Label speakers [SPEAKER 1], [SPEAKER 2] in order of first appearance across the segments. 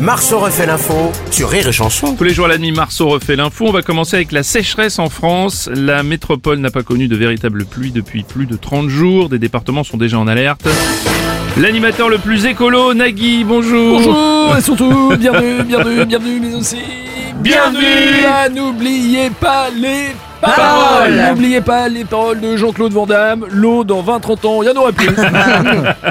[SPEAKER 1] Marceau refait l'info sur Rire et Chanson.
[SPEAKER 2] Tous les jours à la nuit, Marceau refait l'info. On va commencer avec la sécheresse en France. La métropole n'a pas connu de véritable pluie depuis plus de 30 jours. Des départements sont déjà en alerte. L'animateur le plus écolo, Nagui, bonjour.
[SPEAKER 3] Bonjour et surtout, bienvenue, bienvenue, bienvenue, mais aussi
[SPEAKER 2] Bienvenue.
[SPEAKER 3] à N'oubliez pas les paroles. N'oubliez pas les paroles de Jean-Claude Van Damme. L'eau dans 20-30 ans, il n'y en aura plus.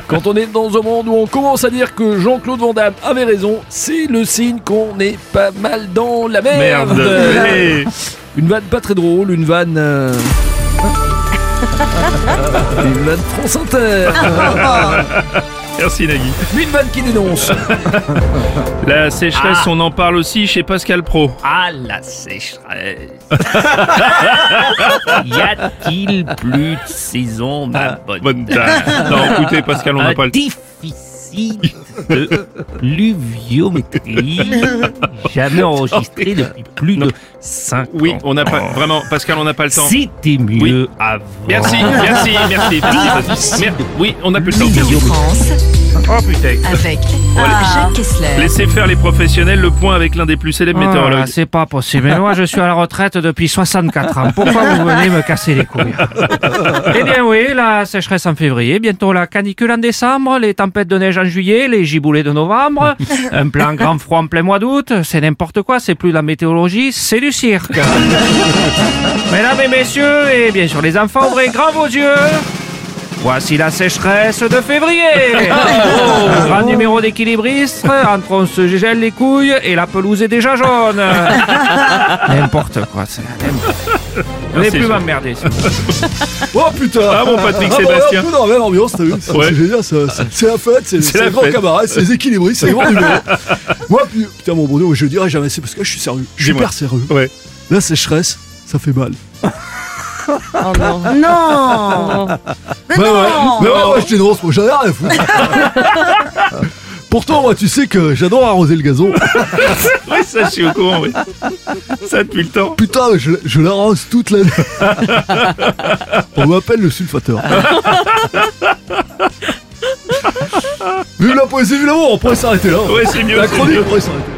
[SPEAKER 3] Quand on est dans un monde où on commence à dire que Jean-Claude Van Damme avait raison, c'est le signe qu'on est pas mal dans la merde.
[SPEAKER 2] Merde. Hey.
[SPEAKER 3] Une vanne pas très drôle, une vanne. euh, une vanne France Inter.
[SPEAKER 2] Merci Nagui.
[SPEAKER 3] Une vanne qui dénonce.
[SPEAKER 2] La sécheresse, on en parle aussi chez Pascal Pro.
[SPEAKER 4] Ah, la sécheresse Y a-t-il plus de saison, ma
[SPEAKER 2] Ah,
[SPEAKER 4] bonne
[SPEAKER 2] Bonne dame. Ah. Non, écoutez Pascal, on n'a
[SPEAKER 4] Un
[SPEAKER 2] pas le
[SPEAKER 4] déficit de pluviométrie jamais enregistré depuis plus de 5
[SPEAKER 2] Oui,
[SPEAKER 4] ans.
[SPEAKER 2] on n'a pas vraiment Pascal, on n'a pas le temps.
[SPEAKER 4] C'était mieux
[SPEAKER 2] Oui.
[SPEAKER 4] avant.
[SPEAKER 2] Merci, merci, merci, merci. Pascal. Mer- Oui, on n'a plus le temps.
[SPEAKER 5] Météo France
[SPEAKER 2] Oh putain.
[SPEAKER 5] avec Jacques Kessler.
[SPEAKER 2] Laissez faire les professionnels le point avec l'un des plus célèbres
[SPEAKER 6] Oh là là,
[SPEAKER 2] météorologues.
[SPEAKER 6] c'est pas possible. Mais moi, je suis à la retraite depuis 64 ans. Pourquoi vous venez me casser les couilles Eh bien oui, la sécheresse en février, bientôt la canicule en décembre, les tempêtes de neige en juillet, les giboulées de novembre, un plein grand froid en plein mois d'août. C'est n'importe quoi, c'est plus de la météorologie, c'est du cirque. Mesdames et messieurs, et bien sûr les enfants, ouvrez grand vos yeux. Voici la sécheresse de février
[SPEAKER 2] Oh.
[SPEAKER 6] Grand numéro d'équilibriste, entre on se gèle les couilles et la pelouse est déjà jaune N'importe quoi, c'est n'importe quoi. Vous n'allez
[SPEAKER 2] Merci,
[SPEAKER 6] plus
[SPEAKER 2] Jean.
[SPEAKER 6] m'emmerder. c'est bon.
[SPEAKER 3] Oh putain
[SPEAKER 2] Ah mon Patrick
[SPEAKER 3] Ah, bon,
[SPEAKER 2] Sébastien.
[SPEAKER 3] on est un peu dans la même ambiance, t'as vu C'est
[SPEAKER 2] Ouais.
[SPEAKER 3] c'est génial, ça, c'est- c'est la fête, c'est- c'est
[SPEAKER 2] la
[SPEAKER 3] le grand
[SPEAKER 2] fête.
[SPEAKER 3] camarade, c'est les équilibristes, c'est le grand numéro. Moi, pu- putain, mon bon Dieu, je dirais jamais, c'est parce que je suis sérieux, je suis
[SPEAKER 2] Dis-moi.
[SPEAKER 3] hyper sérieux.
[SPEAKER 2] Ouais.
[SPEAKER 3] La sécheresse, ça fait mal.
[SPEAKER 7] Non Oh Mais
[SPEAKER 3] Ouais,
[SPEAKER 7] non
[SPEAKER 3] ouais. Mais ouais, ouais, je dénonce, moi, j'en ai rien à foutre. Pourtant, moi, tu sais que j'adore arroser le gazon.
[SPEAKER 2] Oui, ça, je suis au courant, oui. Ça, depuis le temps.
[SPEAKER 3] Putain, mais je, je l'arrose toute l'année. On m'appelle le sulfateur. Vive la poésie, évidemment, on pourrait s'arrêter là.
[SPEAKER 2] Ouais, c'est mieux.
[SPEAKER 3] La
[SPEAKER 2] c'est
[SPEAKER 3] chronique
[SPEAKER 2] mieux.
[SPEAKER 3] pourrait s'arrêter.